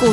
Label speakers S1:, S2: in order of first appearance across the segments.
S1: 股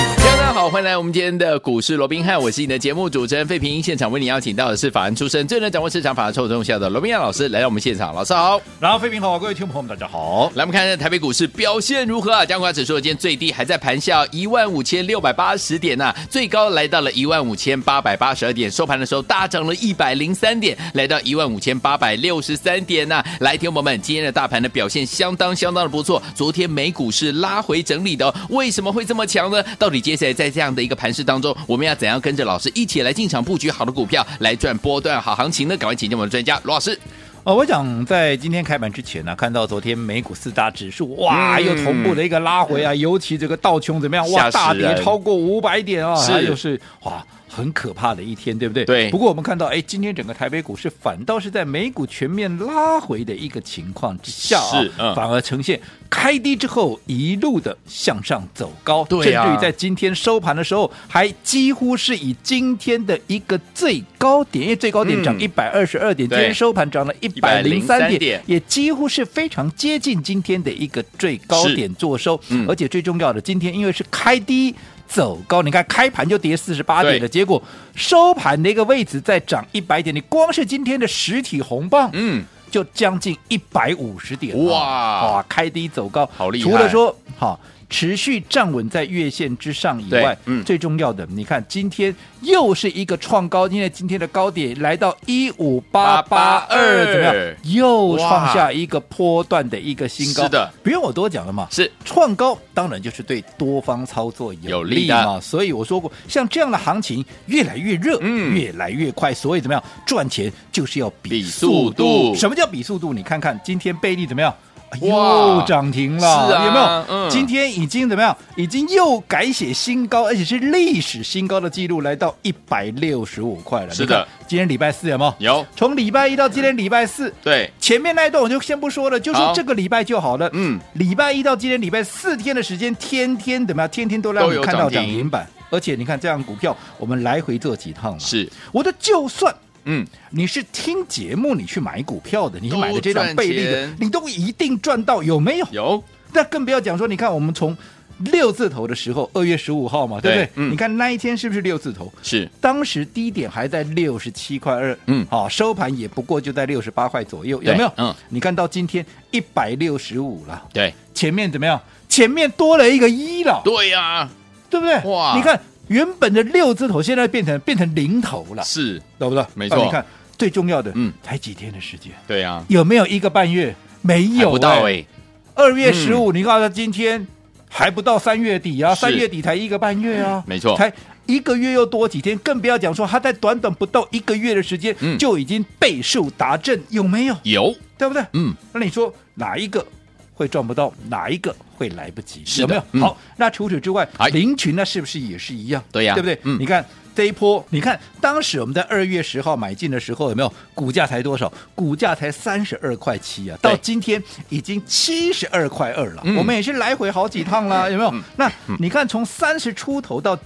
S2: 大家好，欢迎来我们今天的股市罗宾汉，我是你的节目主持人费平。现场为你邀请到的是法案出身、最能掌握市场法案臭动向的罗宾汉老师来到我们现场，老师好。
S3: 然后，飞平好，各位听众朋友们，大家好。
S2: 来，我们看一下台北股市表现如何啊？加权指数今天最低还在盘下一万五千六百八十点呐、啊最高来到了一万五千八百八十二点，收盘的时候大涨了一百零三点，来到一万五千八百六十三点呐、来，听众朋友们，今天的大盘的表现相当相当的不错，昨天美股是拉回整理的、哦，为什么会这么强呢？到底接下来在这样的一个盘势当中，我们要怎样跟着老师一起来进场布局好的股票，来赚波段好行情呢？赶快请教我们的专家罗老师。
S3: 呃，我想在今天开盘之前呢、看到昨天美股四大指数哇，
S2: 嗯
S3: 又同步的一个拉回啊，尤其这个道琼怎么样
S2: 吓
S3: 哇，
S2: 死
S3: 大跌
S2: 人
S3: 超过五百点啊，
S2: 是
S3: 还有是哇。很可怕的一天，对不对？
S2: 对
S3: 不过我们看到，哎，今天整个台北股市反倒是在美股全面拉回的一个情况之下啊，
S2: 是嗯
S3: 反而呈现开低之后一路的向上走高，
S2: 对啊
S3: 甚至于在今天收盘的时候，还几乎是以今天的一个最高点，因为最高点涨
S2: 嗯
S3: 一百二十二点，今
S2: 对
S3: 天收盘涨了一百零三
S2: 103点
S3: 点，也几乎是非常接近今天的一个最高
S2: 是
S3: 点做收。
S2: 嗯
S3: 而且最重要的，今天因为是开低。走高，你看开盘就跌四十八点
S2: 对
S3: 了，结果收盘的一个位置再涨一百点，你光是今天的实体红棒，
S2: 嗯，
S3: 就将近一百五十点了，
S2: 哇
S3: 哇，开低走高，
S2: 好厉害
S3: 除了说好。持续站稳在月线之上以
S2: 对
S3: 外，
S2: 嗯
S3: 最重要的，你看今天又是一个创高，因为今天的高点来到一五八八二，怎么样？又创下一个波段的一个新高。
S2: 是的，
S3: 不用我多讲了嘛。
S2: 是
S3: 创高当然就是对多方操作
S2: 有
S3: 有
S2: 利
S3: 利
S2: 的
S3: 嘛，所以我说过，像这样的行情越来越热，
S2: 嗯
S3: 越来越快，所以怎么样赚钱就是要
S2: 比
S3: 比
S2: 速
S3: 速
S2: 度
S3: 度。什么叫比速度？你看看今天贝利怎么样？哎
S2: 哇
S3: 又涨停了，
S2: 是啊
S3: 有没有？
S2: 嗯
S3: 今天已经怎么样？已经又改写新高，而且是历史新高的记录，来到一百六十五块了。
S2: 是的
S3: 你看，今天礼拜四有没有？
S2: 有
S3: 从礼拜一到今天礼拜四，
S2: 对，
S3: 前面那一段我就先不说了，就
S2: 好
S3: 说这个礼拜就好了。
S2: 嗯，
S3: 礼拜一到今天礼拜四天的时间，天天怎么样？天天都让
S2: 都
S3: 你
S2: 有
S3: 看到
S2: 涨
S3: 涨
S2: 停
S3: 停板。而且你看这样股票，我们来回做几趟了。
S2: 是，
S3: 我的就算
S2: 嗯，
S3: 你是听节目你去买股票的，你是买的这
S2: 都
S3: 张
S2: 赚
S3: 贝利的
S2: 钱，
S3: 你都一定赚到，有没有？
S2: 有
S3: 那更不要讲说，你看我们从六字头的时候，二月十五号嘛，对不
S2: 对
S3: 对？
S2: 嗯
S3: 你看那一天是不是六字头？
S2: 是
S3: 当时低点还在六十七块二，
S2: 嗯
S3: 好、收盘也不过就在六十八块左右，
S2: 对
S3: 有没有？
S2: 嗯，
S3: 你看到今天一百六十五了，
S2: 对，
S3: 前面怎么样？前面多了一个一了，
S2: 对呀、
S3: 对不对？
S2: 哇
S3: 你看原本的六字头，现在变成变成零头了，
S2: 是，
S3: 对不对？
S2: 没错
S3: 啊你看最重要的，
S2: 嗯，
S3: 才几天的时间，
S2: 对呀、
S3: 有没有一个半月？没
S2: 还
S3: 有、
S2: 不到哎、嗯
S3: 哎。二月十五、你告诉他今天还不到三月底啊，
S2: 是
S3: 三月底才一个半月啊，
S2: 没错
S3: 才一个月又多几天，更不要讲说他在短短不到一个月的时间、
S2: 嗯
S3: 就已经倍数达阵，有没有？
S2: 有，
S3: 对不对？
S2: 嗯，
S3: 那你说哪一个会赚不到，哪一个会来不及？
S2: 是的
S3: 有没有？
S2: 嗯
S3: 好，那除此之外
S2: 哎，
S3: 林群那是不是也是一样？
S2: 对呀
S3: 对不对？
S2: 嗯
S3: 你看。这一波，你看当时我们在二月十号买进的时候，有没有股价才多少？股价才三十二块七啊！
S2: 对
S3: 到今天已经七十二块二了、
S2: 嗯
S3: 我们也是来回好几趟了，有没有？那你看从三十出头到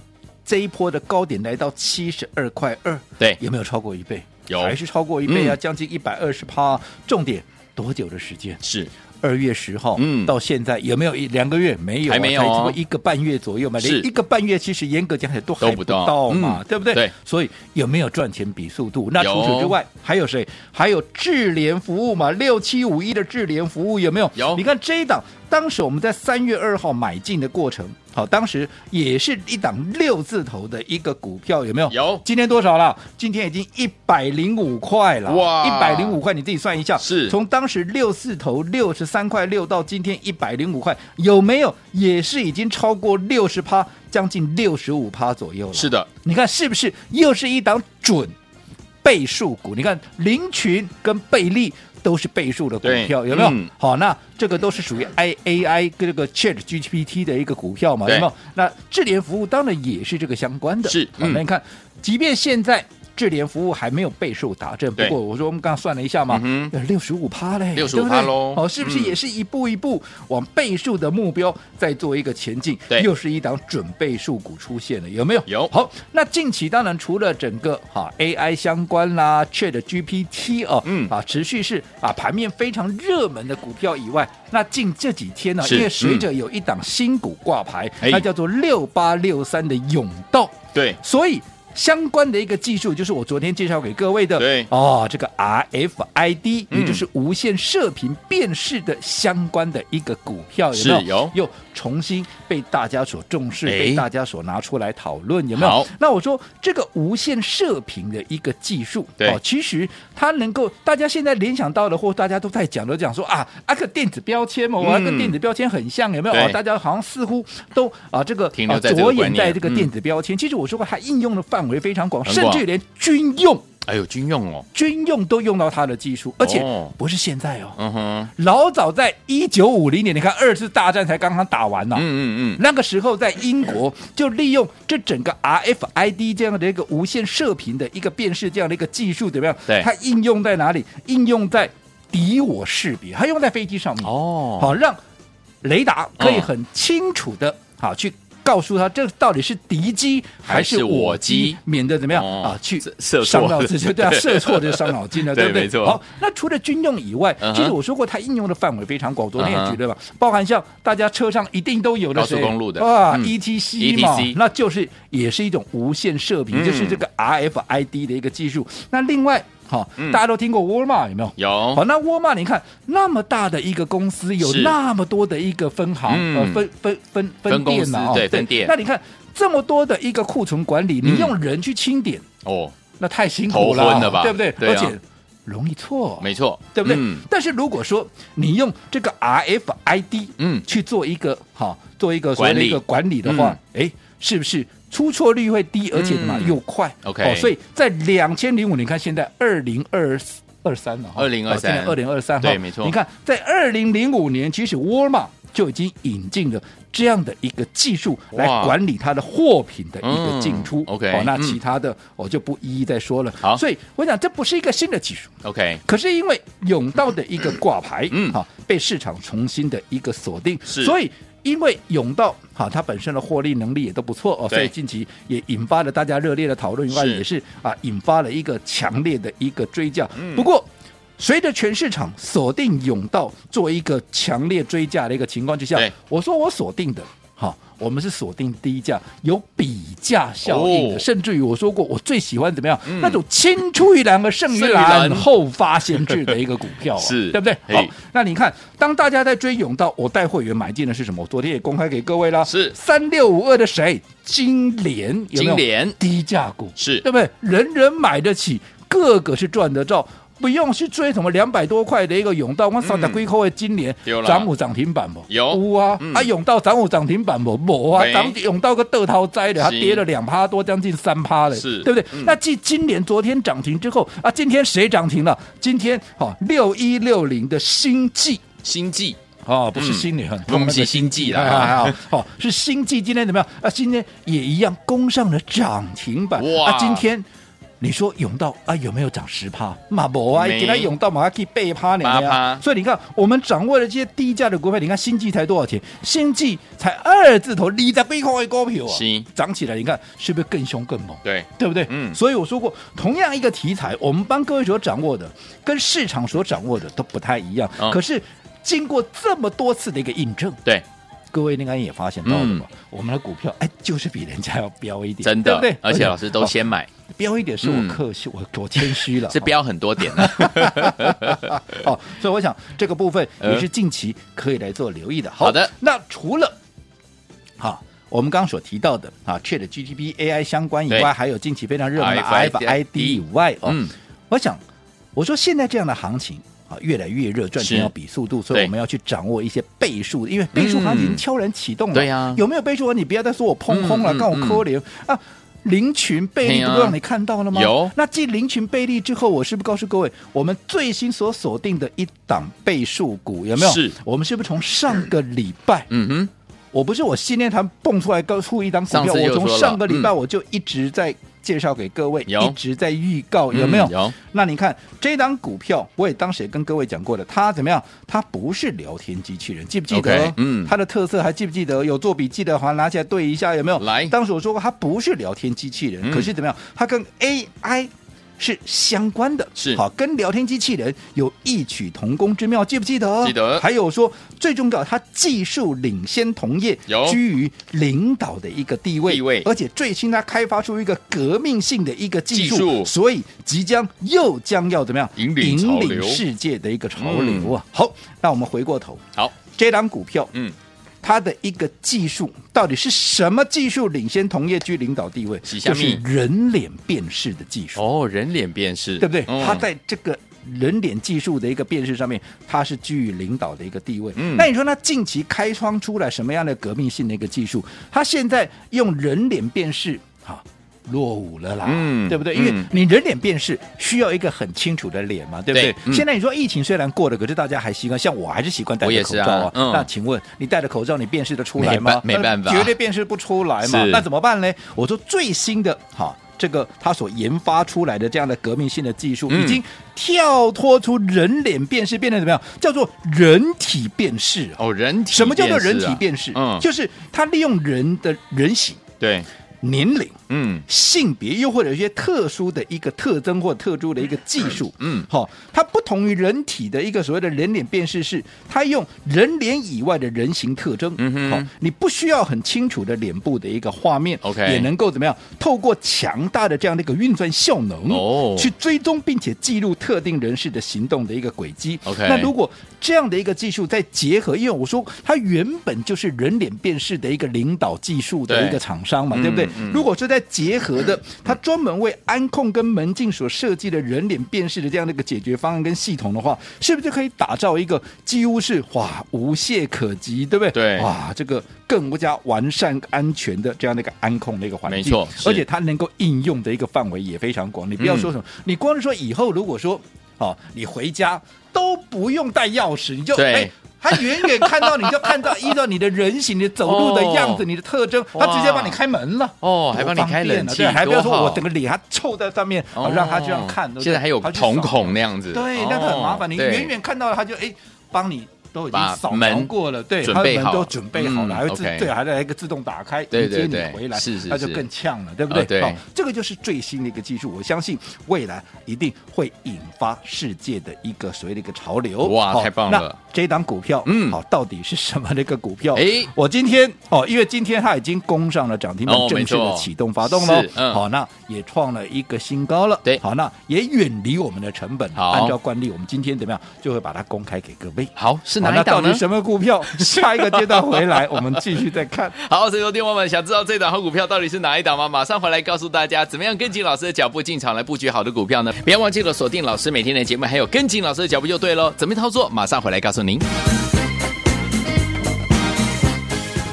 S3: 这一波的高点来到七十二块二，
S2: 对
S3: 有没有超过一倍？
S2: 有
S3: 还是超过一倍啊？
S2: 嗯
S3: 将近一百二十趴。重点多久的时间？
S2: 是
S3: 二月十号，
S2: 嗯
S3: 到现在有没有一两个月？没有啊、
S2: 还没有哦
S3: 才不过一个半月左右嘛，
S2: 是
S3: 连一个半月其实严格讲起来都还
S2: 都不
S3: 不
S2: 到
S3: 到嘛，
S2: 嗯
S3: 对不对？
S2: 对
S3: 所以有没有赚钱比速度？那
S2: 有
S3: 除此之外还有谁？还有智联服务嘛，六七五一的智联服务有没有？
S2: 有
S3: 你看这一档，当时我们在三月二号买进的过程，好，当时也是一档六字头的一个股票，有没有？
S2: 有
S3: 今天多少了？今天已经一百零五块了，
S2: 哇
S3: 一百零五块，你自己算一下，
S2: 是
S3: 从当时六四头六十三块六到今天一百零五块，有没有也是已经超过六十趴，将近六十五趴左右了？
S2: 是，的，
S3: 你看是不是又是一档准倍数股？你看林群跟贝利。都是倍数的股票，
S2: 对
S3: 有没有？
S2: 嗯
S3: 好，那这个都是属于 I A I 跟这个 Chat GPT 的一个股票嘛，有
S2: 对
S3: 没有？那智联服务当然也是这个相关的。
S2: 是
S3: 好，
S2: 嗯
S3: 那你看，即便现在智联服务还没有倍数打正，不
S2: 对
S3: 过我说我们刚刚算了一下嘛
S2: 嗯，
S3: 六十五趴
S2: 65%
S3: 嘞，对不对
S2: 咯
S3: 哦，是不是
S2: 嗯
S3: 也是一步一步往倍数的目标在做一个前进？
S2: 对
S3: 又是一档准倍数股出现了，有没有？
S2: 有
S3: 好，那近期当然除了整个哈 AI 相关啦，Chat GPT 哦，
S2: 嗯
S3: 啊，持续是啊盘面非常热门的股票以外，那近这几天呢，
S2: 是嗯
S3: 因为随着有一档新股挂牌，
S2: 哎
S3: 那叫做六八六三的甬道，
S2: 对，
S3: 所以。相关的一个技术，就是我昨天介绍给各位的，
S2: 对
S3: 哦，这个 RFID，、
S2: 嗯
S3: 也就是无线射频辨识的相关的一个股票，有
S2: 是
S3: 没有？
S2: 有
S3: 又重新被大家所重视，
S2: 哎
S3: 被大家所拿出来讨论，有没有
S2: 好？
S3: 那我说这个无线射频的一个技术，哦
S2: 对
S3: 其实它能够大家现在联想到的，或大家都在讲，都讲说啊，啊个电子标签嘛，我、啊、
S2: 嗯
S3: 跟电子标签很像，有没有？
S2: 对
S3: 哦，大家好像似乎都啊这个
S2: 停留
S3: 啊
S2: 在这个
S3: 着
S2: 观
S3: 眼
S2: 念
S3: 在这个
S2: 嗯
S3: 电子标签。其实我说过，它应用的范围非常广，
S2: 很
S3: 甚
S2: 广
S3: 至连军用
S2: 哎呦，军用哦，
S3: 军用都用到它的技术，而且
S2: 哦
S3: 不是现在哦，
S2: 嗯哼，
S3: 老早在一九五零年，你看二次大战才刚刚打完呢、
S2: 嗯嗯嗯，
S3: 那个时候在英国就利用这整个 RFID 这样的一个无线射频的一个辨识这样的一个技术，怎么样？
S2: 对
S3: 它应用在哪里？应用在敌我识别，它用在飞机上面。
S2: 哦，
S3: 好让雷达可以
S2: 嗯
S3: 很清楚的啊去告诉他这到底是敌机
S2: 还
S3: 还
S2: 是
S3: 是
S2: 我
S3: 我
S2: 机
S3: 机，免得怎么样
S2: 哦
S3: 啊去
S2: 射射错
S3: 伤到自己，
S2: 了
S3: 对啊，
S2: 对
S3: 射错就伤脑筋 了，
S2: 对
S3: 对不对？
S2: 没错
S3: 好，那除了军用以外
S2: 嗯，哼
S3: 其实我说过它应用的范围非常广，昨
S2: 嗯
S3: 天也
S2: 哼
S3: 举了嘛，包含像大家车上一定都有的
S2: 高速
S3: 谁
S2: 公路的
S3: 啊
S2: 嗯
S3: ，ETC 嘛
S2: ETC，
S3: 那就是也是一种无线射频，
S2: 嗯
S3: 就是这个 RFID 的一个技术。那另外，好
S2: 嗯，
S3: 大家都听过沃尔玛有没有？好，
S2: 有，
S3: 那沃尔玛，你看那么大的一个公司，有
S2: 哦是
S3: 那么多的一个分行、
S2: 嗯
S3: 呃分分分
S2: 分公
S3: 店
S2: 司
S3: 呐、哦，
S2: 对分店
S3: 那你看这么多的一个库存管理，
S2: 嗯
S3: 你用人去清点，
S2: 哦，
S3: 那太辛苦了，
S2: 头昏了吧
S3: 对不对？
S2: 对啊
S3: 而且容易错，
S2: 没错，
S3: 对不对？
S2: 嗯
S3: 但是如果说你用这个 RFID，
S2: 嗯
S3: 去做一个哈、做一个所谓的一个管理的话，哎、是不是出错率会低，而且怎么样
S2: 嗯
S3: 又快
S2: OK
S3: 哦所以在两千零五，你看现在二零二二三了哈，哦
S2: 2023
S3: 二零二三，
S2: 对没错
S3: 你看在二零零五年，其实沃尔玛就已经引进了。这样的一个技术来
S2: 哇
S3: 管理它的货品的一个
S2: 嗯
S3: 进出、
S2: OK，
S3: 哦，那
S2: 嗯
S3: 其他的我就不一一再说了。
S2: 好
S3: 所以我想这不是一个新的技术，
S2: ，OK，
S3: 可是因为甬道的一个挂牌，
S2: 嗯
S3: 好、被市场重新的一个锁定，
S2: 是
S3: 所以。因为甬道哈，它本身的获利能力也都不错哦，
S2: 对
S3: 所以近期也引发了大家热烈的讨论以外，
S2: 是
S3: 也是啊，引发了一个强烈的一个追价。
S2: 嗯
S3: 不过，随着全市场锁定甬道做一个强烈追价的一个情况之下
S2: 对，
S3: 我说我锁定的，好、我们是锁定低价，有比价效应的，
S2: 哦
S3: 甚至于我说过，我最喜欢怎么样？
S2: 嗯
S3: 那种青出于蓝而胜于
S2: 胜于
S3: 蓝
S2: 蓝，
S3: 后发先至的一个股票、啊，
S2: 是
S3: 对不对？
S2: 嘿
S3: 好，那你看，当大家在追永道，我带会员买进的是什么？我昨天也公开给各位啦，
S2: 是
S3: 三六五二的谁？金联有没
S2: 金
S3: 有？
S2: 联
S3: 低价股
S2: 是
S3: 对不对？人人买得起，个个是赚得到。不用去追什么两百多块的一个永道，我扫打龟扣的金联
S2: 对嗯啦
S3: 涨五涨停板不？
S2: 有
S3: 有啊
S2: 嗯，
S3: 啊永道涨五涨停板不？没啊，
S2: 没
S3: 涨永道个豆涛栽的，它
S2: 是
S3: 跌了两趴多，将近三趴了，
S2: 是
S3: 对不对
S2: 嗯？
S3: 那继今年昨天涨停之后啊，今天谁涨停了？今天哦，六一六零的星际
S2: 星 际
S3: 哦，不
S2: 嗯
S3: 是心里很
S2: 我
S3: 痛，
S2: 们
S3: 那
S2: 是
S3: 个
S2: 星际啦
S3: 哎哎哎哦， 是星际今天怎么样？啊，今天也一样攻上了涨停板。
S2: 哇
S3: 啊，今天。你说永道啊有没有涨十趴？马博啊，
S2: 没
S3: 给他永道马上可以倍趴两
S2: 八趴
S3: 呀。所以你看，我们掌握了这些低价的股票，你看星际才多少钱？星际才二字头，你在背后的股票啊
S2: 是，
S3: 涨起来，你看是不是更凶更猛？
S2: 对，
S3: 对不对？
S2: 嗯
S3: 所以我说过，同样一个题材，我们帮各位所掌握的，跟市场所掌握的都不太一样。
S2: 嗯
S3: 可是经过这么多次的一个印证，
S2: 对，
S3: 各位应该也发现到了
S2: 嗯
S3: 吧？我们的股票，哎，就是比人家要标一点，
S2: 真的，
S3: 对不对？
S2: 而且老师都
S3: 哦
S2: 先买，
S3: 标一点，是
S2: 嗯
S3: 我客气，我我谦虚了，
S2: 是标很多点啊的，
S3: 哦，所以我想这个部分
S2: 呃
S3: 也是近期可以来做留意的。
S2: 好的，
S3: 那除了哈、我们刚刚所提到的啊，Chat GTP AI 相关以
S2: 对
S3: 外，还有近期非常热门的
S2: RFID
S3: FID 以外哦，
S2: 嗯
S3: 我想我说现在这样的行情。啊，越来越热，赚钱
S2: 是
S3: 要比速度，所以
S2: 对
S3: 我们要去掌握一些倍数，因为倍数行情已经
S2: 嗯
S3: 悄然启动了。
S2: 对呀
S3: 有没有倍数啊？你不要再说我碰空了，
S2: 嗯嗯
S3: 跟我
S2: 嗯
S3: 扣零啊！零群倍
S2: 嘿
S3: 率
S2: 呀
S3: 不都让你看到了吗？
S2: 有
S3: 那继零群倍利之后，我是不是告诉各位，我们最新所锁定的一档倍数股有没有？
S2: 是
S3: 我们是不是从上个礼拜，
S2: 嗯哼，
S3: 我不是我信念堂蹦出来告诉一档股
S2: 上
S3: 票，
S2: 次就
S3: 我
S2: 说了嗯
S3: 从上个礼拜我就一直在介绍给各位，
S2: 有
S3: 一直在预告，有
S2: 嗯
S3: 没有？
S2: 有。
S3: 那你看这档股票，我也当时也跟各位讲过了，它怎么样？它不是聊天机器人，记不记得
S2: OK，嗯
S3: 它的特色还记不记得？有做笔记的话，拿起来对一下，有没有？
S2: 来
S3: 当时我说过，它不是聊天机器
S2: 嗯
S3: 人，可是怎么样？它跟 AI。是相关的，
S2: 是
S3: 好，跟聊天机器人有异曲同工之妙，记不记得？
S2: 记得
S3: 还有说，最重要，它技术领先同业，
S2: 有
S3: 居于领导的一个地位，
S2: 地位
S3: 而且最新它开发出一个革命性的一个技术，
S2: 技术
S3: 所以即将又将要怎么样
S2: 引领潮流
S3: 世界的一个潮流啊！好，那我们回过头，
S2: 好，
S3: 这档股票
S2: 嗯，
S3: 它的一个技术到底是什么技术领先同业居领导地位？
S2: 是什
S3: 就
S2: 么
S3: 是人脸辨识的技术，
S2: 哦，人脸辨识，
S3: 对不对？
S2: 嗯
S3: 它在这个。人脸技术的一个辨识上面，它是居于领导的一个地位。
S2: 嗯
S3: 那你说，它近期开创出来什么样的革命性的一个技术？它现在用人脸辨识，哈、落伍了啦，
S2: 嗯
S3: 对不对？因为
S2: 嗯
S3: 你人脸辨识需要一个很清楚的脸嘛，对不对？
S2: 对嗯
S3: 现在你说疫情虽然过了，可是大家还习惯，像我还是习惯戴
S2: 我也
S3: 着口
S2: 是
S3: 罩
S2: 啊
S3: 啊。
S2: 嗯
S3: 那请问你戴着口罩，你辨识得出来吗？
S2: 没办没办法
S3: 绝对辨识不出来嘛
S2: 是。
S3: 那怎么办呢？我说最新的哈。这个他所研发出来的这样的革命性的技术，
S2: 嗯
S3: 已经跳脱出人脸辨识，变成怎么样？叫做人体辨识哦。
S2: 哦，人体
S3: 什么叫做
S2: 辨
S3: 人
S2: 识啊
S3: 体辨识？
S2: 嗯，
S3: 就是他利用人的人形、
S2: 对，
S3: 年龄、
S2: 嗯，
S3: 性别，又或者一些特殊的一个特征或特殊的一个技术，
S2: 嗯
S3: 好、它不同于人体的一个所谓的人脸辨识是，它用人脸以外的人形特征，
S2: 嗯哼
S3: 好、你不需要很清楚的脸部的一个画面
S2: OK
S3: 也能够怎么样，透过强大的这样的一个运算效能，
S2: 哦
S3: 去追踪并且记录特定人士的行动的一个轨迹
S2: OK
S3: 那如果这样的一个技术再结合，因为我说它原本就是人脸辨识的一个领导技术的
S2: 对
S3: 一个厂商嘛，
S2: 嗯
S3: 对不对？
S2: 嗯
S3: 如果是在结合的，它专门为安控跟门禁所设计的人脸辨识的这样的一个解决方案跟系统的话，是不是就可以打造一个几乎是哇无懈可击，对不对？
S2: 对
S3: 哇，这个更加完善、安全的这样的一个安控的一个环境，
S2: 没错是嗯
S3: 而且它能够应用的一个范围也非常广。你不要说什么，你光是说以后如果说哦，你回家都不用带钥匙，你就
S2: 对。
S3: 哎他远远看到你就看到，依照你的人形、你走路的样子、
S2: 哦
S3: 你的特征，他直接帮你开门了。
S2: 哦
S3: 多
S2: 还帮你开冷气
S3: 方便啊对，还不要说
S2: 多好
S3: 我整个脸还凑在上面，
S2: 哦
S3: 哦让他这样看。对不对
S2: 现在还有
S3: 他去扫
S2: 瞳孔那样子，
S3: 对，那个很麻烦。你
S2: 哦对
S3: 远远看到他就哎，帮你都已经
S2: 把
S3: 扫描
S2: 门
S3: 过了，对，
S2: 准
S3: 他的
S2: 备
S3: 门
S2: 好
S3: 都准备好了，
S2: 嗯
S3: 还会自
S2: OK
S3: 对，还来一个自动打开
S2: 对
S3: 迎接
S2: 对
S3: 你
S2: 对
S3: 回来，
S2: 是是
S3: 那就是更呛了，对不
S2: 啊
S3: 对？
S2: 对
S3: 好，这个就是最新的一个技术，我相信未来一定会引发世界的一个所谓的一个潮流。
S2: 哇
S3: 好
S2: 太棒了！
S3: 那这档股票，
S2: 嗯
S3: 嗯，好，到底是什么的一个股票？
S2: 哎
S3: 我今天哦，因为今天它已经攻上了涨停板
S2: 哦，没
S3: 正式的
S2: 错
S3: 启动发动了
S2: 是。嗯
S3: 好，那也创了一个新高了。
S2: 对
S3: 好，那也远离我们的成本。
S2: 好
S3: 按照惯例，我们今天怎么样就会把它公开给各位。
S2: 好是
S3: 好
S2: 哪
S3: 那
S2: 一
S3: 到
S2: 档
S3: 底
S2: 呢？
S3: 什么股票？下一个阶段回来，我们继续再看。
S2: 好，所以说天王们想知道这档好股票到底是哪一档吗？马上回来告诉大家，怎么样跟紧老师的脚步进场来布局好的股票呢？不要忘记了锁定老师每天的节目，还有跟紧老师的脚步就对喽。怎么操作？马上回来告诉您。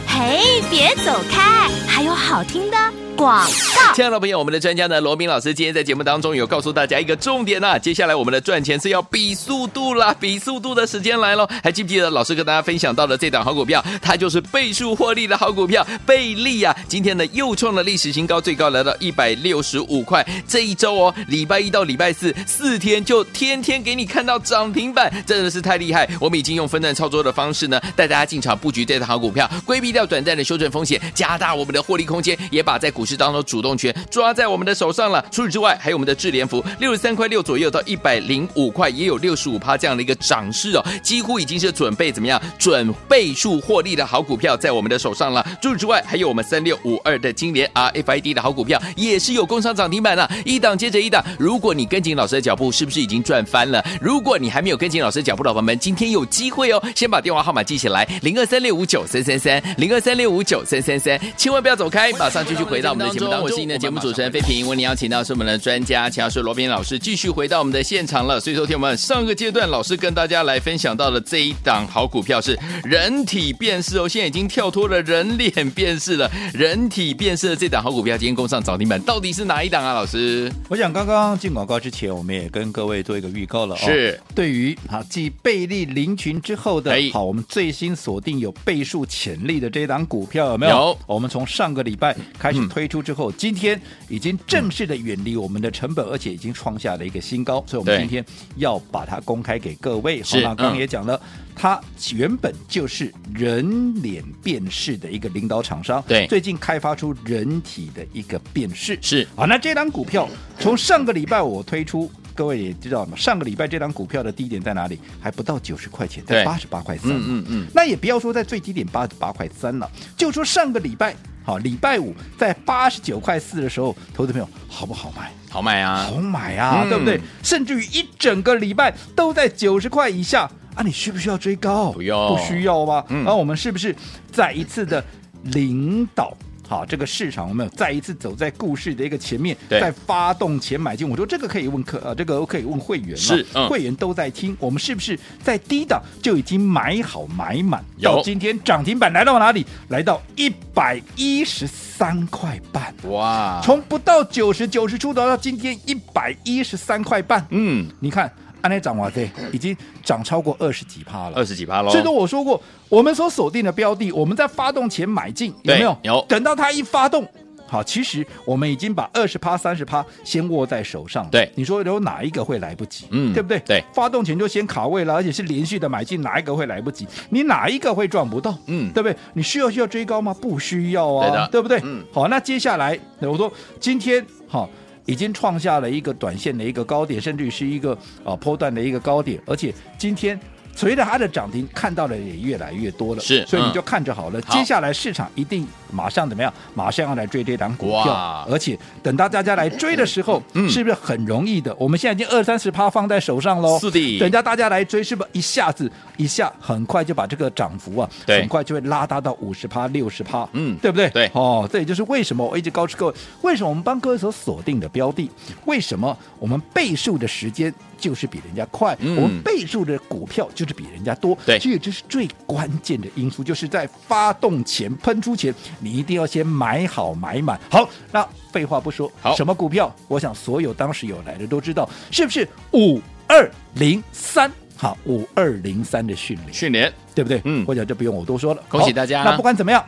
S1: 嘿，别走开，还有好听的广告。
S2: 亲爱的朋友，我们的专家呢，罗明老师今天在节目当中有告诉大家一个重点呐、啊接下来我们的赚钱是要比速度啦，比速度的时间来喽。还记不记得老师跟大家分享到的这档好股票，它就是倍数获利的好股票贝利啊，今天呢又创了历史新高，最高来到一百六十五块。这一周哦，礼拜一到礼拜四四天就天天给你看到涨停板，真的是太厉害。我们已经用分段操作的方式呢，带大家进场布局这档好股票，规避掉短暂的修正风险，加大我们的获利空间，也把在股市当中主动权抓在我们的手上了。除此之外，还有我们的智联福六十三块六左右到一百零五块，也有六十五趴这样的一个涨势哦，几乎已经是准备怎么样准倍数获利的好股票在我们的手上了。除此之外，还有我们三六五二的金联 RFID 的好股票也是有工商涨停板啊，一档接着一档。如果你跟紧老师的脚步，是不是已经赚翻了？如果你还没有跟紧老师脚步的朋友们，今天有机会哦，先把电话号码记起来，零二三六五九三三三，零二三六五九三三三，千万不要走开，马上继续回到我们的节目当中。我是你的节目主持人费平，为你邀请到是我们的专家，乔师罗斌老师，继续回到我们的现场了。所以，昨天我们上个阶段老师跟大家来分享到的这一档好股票是人体辨识哦，现在已经跳脱了人脸辨识了，人体辨识的这档好股票今天攻上涨停板，到底是哪一档啊？老师
S3: 我想刚刚进广告之前，我们也跟各位做一个预告了、哦。
S2: 是
S3: 对于啊，继贝利林群之后的
S2: 哎，
S3: 好，我们最新锁定有倍数潜力的这一档股票有没有？
S2: 有
S3: 我们从上个礼拜开始
S2: 嗯
S3: 推出之后，今今天已经正式的远离我们的成本，而且已经创下了一个新高，所以我们
S2: 对
S3: 今天要把它公开给各位。好
S2: 是
S3: 那刚刚
S2: 嗯
S3: 也讲了，它原本就是人脸辨识的一个领导厂商，
S2: 对
S3: 最近开发出人体的一个辨识，
S2: 是
S3: 好，那这档股票从上个礼拜我推出，各位也知道嘛，上个礼拜这档股票的低点在哪里？还不到九十块钱，在
S2: 对
S3: 八十八块三。
S2: 嗯嗯嗯，
S3: 那也不要说在最低点八十八块三了，就说上个礼拜，好，礼拜五在八十九块四的时候，投资朋友好不好买？
S2: 好买啊
S3: 好，买啊，
S2: 嗯
S3: 对不对？甚至于一整个礼拜都在九十块以下啊，你需不需要追高？
S2: 不用
S3: 不需要吧？
S2: 嗯
S3: 那、我们是不是再一次的领导？好，这个市场我们再一次走在故事的一个前面，
S2: 对
S3: 在发动前买进。我说这个可以问客，呃，这个可以问会员了，
S2: 是嗯
S3: 会员都在听，我们是不是在低档就已经买好买满？
S2: 有
S3: 到今天涨停板来到哪里？来到一百一十三块半。
S2: 哇，
S3: 啊从不到九十九十出头到今天一百一十三块半，
S2: 嗯，
S3: 你看安内涨哇对，已经涨超过二十几趴了
S2: 二。十几趴喽，
S3: 所以说我说过，我们所锁定的标的，我们在发动前买进，有
S2: 对
S3: 没有？
S2: 有
S3: 等到它一发动。好，其实我们已经把二十趴、三十趴先握在手上了。
S2: 对
S3: 你说有哪一个会来不及？
S2: 嗯
S3: 对不对？
S2: 对
S3: 发动前就先卡位了，而且是连续的买进，哪一个会来不及？你哪一个会赚不到？
S2: 嗯
S3: 对不对？你需要需要追高吗？不需要啊，
S2: 对的
S3: 不对？
S2: 嗯
S3: 好，那接下来呃我说今天好。已经创下了一个短线的一个高点，甚至于是一个啊波段的一个高点，而且今天随着它的涨停，看到的也越来越多了，
S2: 是
S3: 所以你
S2: 嗯
S3: 就看着好了。
S2: 好
S3: 接下来市场一定马上怎么样？马上要来追这档股
S2: 哇
S3: 票，而且等到大家来追的时候，
S2: 嗯
S3: 是不是很容易的？我们现在已经二三十趴放在手上喽，
S2: 是的
S3: 哦等到大家来追，是不是一下子一下很快就把这个涨幅啊，
S2: 对
S3: 很快就会拉大到五十趴、六十趴，
S2: 嗯
S3: 对不对？
S2: 对
S3: 哦，这也就是为什么我一直告诉各位，为什么我们帮各位所锁定的标的，为什么我们倍数的时间就是比人家快，
S2: 嗯
S3: 我们倍数的股票就是比人家多，
S2: 对
S3: 这个就是最关键的因素，就是在发动前、喷出前，你一定要先买好买满。好，那废话不说，
S2: 好
S3: 什么股票？我想所有当时有来的都知道，是不是五二零三？好，五二零三的训练。
S2: 去年
S3: 对不对？
S2: 嗯
S3: 或者就不用我多说了。
S2: 恭喜
S3: 好
S2: 大家
S3: 那不管怎么样，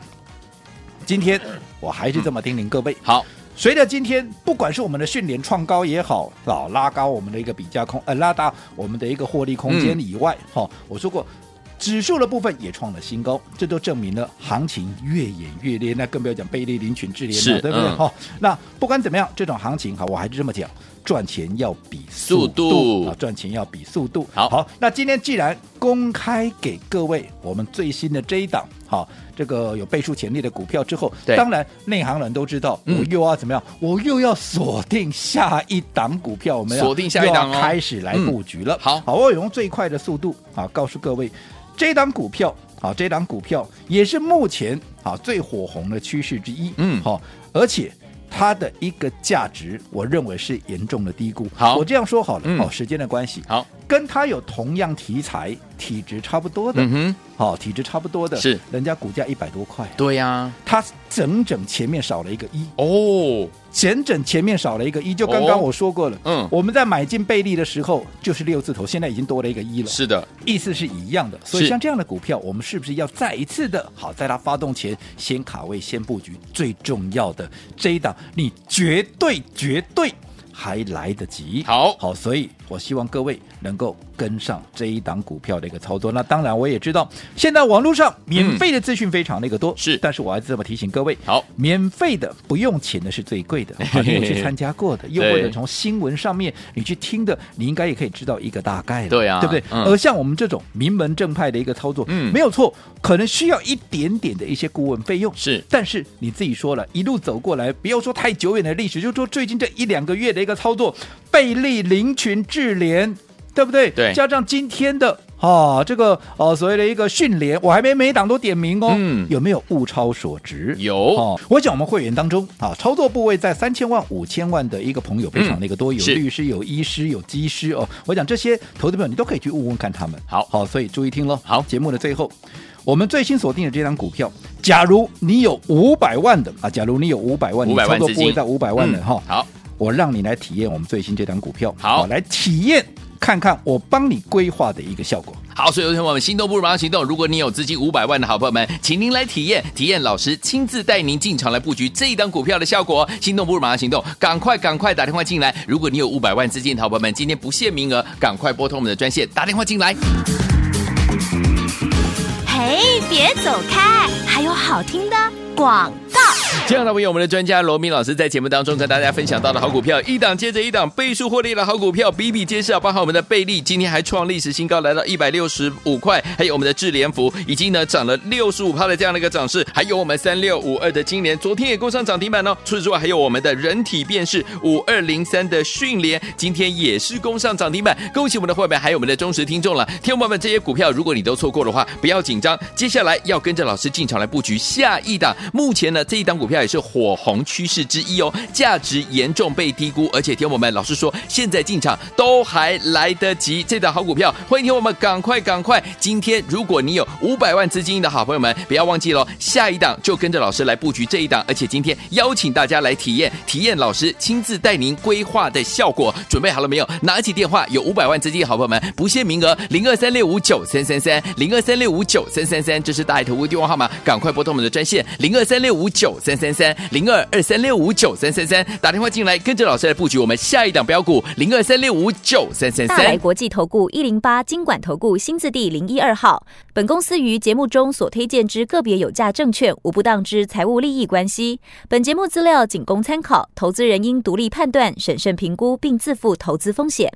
S3: 今天我还是这么叮咛各位。
S2: 好，
S3: 随着今天，不管是我们的训练创高也好，啊，拉高我们的一个比价空，呃，拉大我们的一个获利空
S2: 嗯
S3: 间以外，哈、我说过。指数的部分也创了新高，这都证明了行情越演越烈。那更不要讲贝利林群智联
S2: 是
S3: 了，对不对？
S2: 嗯
S3: 哈、那不管怎么样，这种行情哈，我还是这么讲，赚钱要比
S2: 速
S3: 速
S2: 度
S3: 啊，赚钱要比速度。
S2: 好
S3: 那今天既然公开给各位我们最新的这一档，好，这个有倍数潜力的股票之后，
S2: 对
S3: 当然内行人都知道，
S2: 嗯
S3: 我又要怎么样？我又要锁定下一档股票，我们要
S2: 锁定下一档哦嗯
S3: 又要开始来布局了。
S2: 好
S3: 好，我用最快的速度啊，告诉各位，这档股票，好，这档股票也是目前啊最火红的趋势之一。
S2: 嗯
S3: 好，而且。它的一个价值，我认为是严重的低估。
S2: 好
S3: 我这样说好了，
S2: 嗯
S3: 好、时间的关系，
S2: 好，
S3: 跟它有同样题材、体质差不多的，
S2: 嗯哼，
S3: 好、体质差不多的，
S2: 是
S3: 人家股价一百多块，
S2: 对呀、
S3: 它整整前面少了一个一，
S2: 哦，
S3: 整整前面少了一个一，就刚
S2: 哦
S3: 刚我说过了，
S2: 嗯
S3: 我们在买进贝利的时候就是六字头，现在已经多了一个一了，
S2: 是的，
S3: 意思是一样的。所以
S2: 是
S3: 像这样的股票，我们是不是要再一次的好，在它发动前先卡位、先布局？最重要的这一档，你绝对绝对还来得及。
S2: 好
S3: 好，所以我希望各位能够跟上这一档股票的一个操作。那当然，我也知道现在网络上免费的资讯非常那个多，
S2: 嗯是
S3: 但是我还是这么提醒各位，
S2: 好
S3: 免费的不用钱的是最贵的，啊你有去参加过的，又或者从新闻上面你去听的，你应该也可以知道一个大概了，
S2: 对啊
S3: 对不对？
S2: 嗯
S3: 而像我们这种名门正派的一个操作，
S2: 嗯
S3: 没有错，可能需要一点点的一些顾问费用，
S2: 是
S3: 但是你自己说了，一路走过来，不要说太久远的历史，就说最近这一两个月的一个操作，贝利、林群、智联，对不对？
S2: 对
S3: 加上今天的。哦，这个哦，所谓的一个训练，我还没每一档都点名哦，
S2: 嗯
S3: 有没有物超所值？
S2: 有
S3: 哦。我想我们会员当中啊，操作部位在三千万、五千万的一个朋友非常的一个多，有
S2: 是
S3: 律师、有医师、有技师哦。我讲这些投资朋友，你都可以去问问看他们。
S2: 好
S3: 好，所以注意听喽。
S2: 好
S3: 节目的最后，我们最新锁定的这张股票，假如你有五百万的啊，假如你有五百万，你
S2: 500
S3: 操
S2: 万
S3: 作
S2: 资
S3: 部位
S2: 金
S3: 在五百万的
S2: 嗯
S3: 哈、
S2: 好，
S3: 我让你来体验我们最新这张股票，
S2: 好
S3: 来体验看看我帮你规划的一个效果。
S2: 好，所以有天我们心动不如马上行动。如果你有资金五百万的好朋友们，请您来体验，体验老师亲自带您进场来布局这一档股票的效果。心动不如马上行动，赶快赶快打电话进来。如果你有五百万资金的好朋友们，今天不限名额，赶快拨通我们的专线打电话进来。
S1: 嘿，别走开，还有好听的广告。
S2: 这样的朋友，我们的专家罗明老师在节目当中跟大家分享到的好股票，一档接着一档倍数获利的好股票比比皆是啊！包含我们的贝利，今天还创历史新高，来到一百六十五块；还有我们的智联福，已经呢涨了六十五趴的这样的一个涨势；还有我们三六五二的金联，昨天也攻上涨停板哦。除此之外，还有我们的人体辨识五二零三的迅联，今天也是攻上涨停板。恭喜我们的会员，还有我们的忠实听众了。听众朋友们，这些股票如果你都错过的话，不要紧张，接下来要跟着老师进场来布局下一档。目前呢，这一档股票也是火红趋势之一哦，价值严重被低估，而且听我们老师说，现在进场都还来得及。这档好股票，欢迎听我们赶快赶快！今天如果你有五百万资金的好朋友们，不要忘记喽，下一档就跟着老师来布局这一档，而且今天邀请大家来体验，体验老师亲自带您规划的效果。准备好了没有？拿起电话，有五百万资金的好朋友们，不限名额，零二三六五九三三三，零二三六五九三三三，这是大爱投资电话号码，赶快拨通我们的专线零二三六五九三三三，零二二三六五九三三三，打电话进来，跟着老师来布局我们下一档标股零二三六五九三三
S4: 大来
S2: 三。
S4: 国际投顾一零八金管投顾新字第零一二号。本公司于节目中所推荐之个别有价证券，无不当之财务利益关系。本节目资料仅供参考，投资人应独立判断、审慎评估，并自负投资风险。